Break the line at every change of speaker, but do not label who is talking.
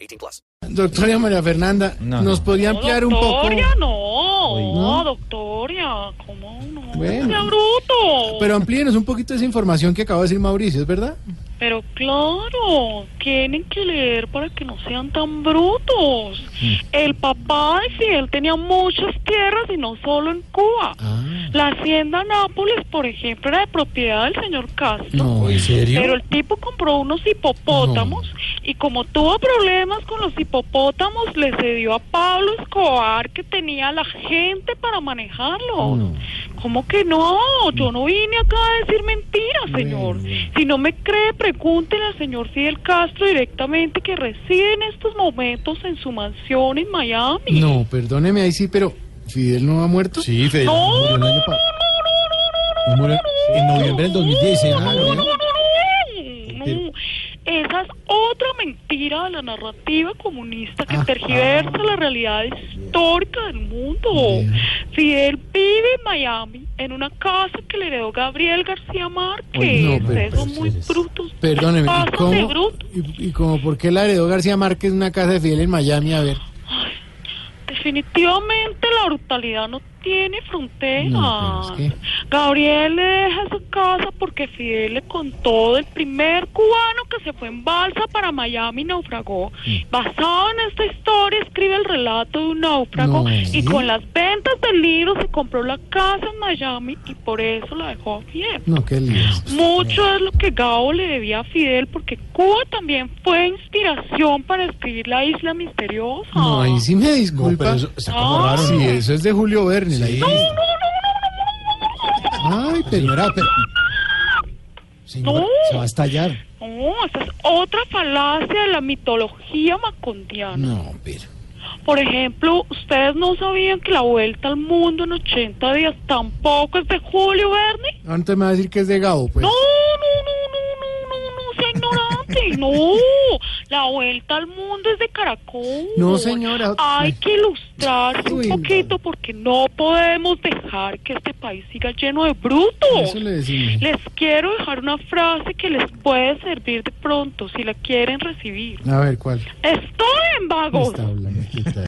18 plus.
Doctora María Fernanda,
No,
¿nos
no.
podría ampliar un poco?
Doctoria, no.
¿No?
No, doctoria. ¿Cómo no?
Bueno.
Sea bruto. Pero,
Pero amplíenos un poquito esa información que acaba de decir Mauricio, ¿es verdad?
claro, tienen que leer para que no sean tan brutos. El papá de Fidel tenía muchas tierras y no solo en Cuba.
Ah.
La hacienda Nápoles, por ejemplo, era de propiedad del señor Castro.
¿en serio?
Pero el tipo compró unos hipopótamos y como tuvo problemas con los hipopótamos, le cedió a Pablo Escobar que tenía la gente para manejarlos. ¿Cómo que no? Yo no vine acá a decir mentiras, señor. Si no me cree, pregúntenle al señor Fidel Castro directamente que reside en estos momentos en su mansión en Miami.
No, perdóneme ahí sí, pero ¿Fidel no ha muerto?
Sí, Fidel.
No,
murió el
no,
año
no,
pa- murió en noviembre del 2016. ¿no?
Ah, bueno.
no, no, no, no. Esa es otra mentira de la narrativa comunista que
Ah.
tergiversa la realidad histórica del mundo. Fidel vive en Miami, en una casa que le heredó Gabriel García Márquez.
Uy, no, pero- pues,
Ustedes son
pero
muy
ustedes-
brutos.
Perdóneme, ¿y
Pasan de
cómo,
brutos.
y, y como por qué la heredó García Márquez una casa de Fidel en Miami? A ver,
Definitivamente la brutalidad no tiene fronteras.
No, pues, pero es que-
Gabriel le deja su casa porque Fidel le contó del primer cubano que se fue en balsa para Miami y naufragó. Basado en esta historia, escribe el relato de un náufrago
No,
y
¿sí?
con las ventas del libro se compró la casa en Miami y por eso la dejó a Fidel.
no, pues, qué lío.
Mucho es lo que Gabo le debía a Fidel porque Cuba también fue inspiración para escribir La Isla Misteriosa.
No, ahí sí me
No, pero
disculpa.
eso está como
Ah,
raro.
Sí, eso es de Julio Verne, la
Sí.
isla. Ay, pero...
Señora, pero. Señora,
No.
se va a estallar.
No, Oh, esa es otra falacia de la mitología macondiana.
No, pero...
Por ejemplo, ustedes no sabían que la vuelta al mundo en 80 días tampoco es de Julio Verne.
Antes me va a decir que es de Gabo, pues.
No, no, no, no, no, no, no sea ignorante. No, la vuelta al mundo es de Caracol.
No, señora.
Hay que ilustrarse
Uy,
un
no.
poquito porque no podemos dejar que este país siga lleno de brutos.
Eso le decimos.
Les quiero dejar una frase que les puede servir de pronto si la quieren recibir.
A ver, ¿cuál?
Estoy en vagos.
Está hablando.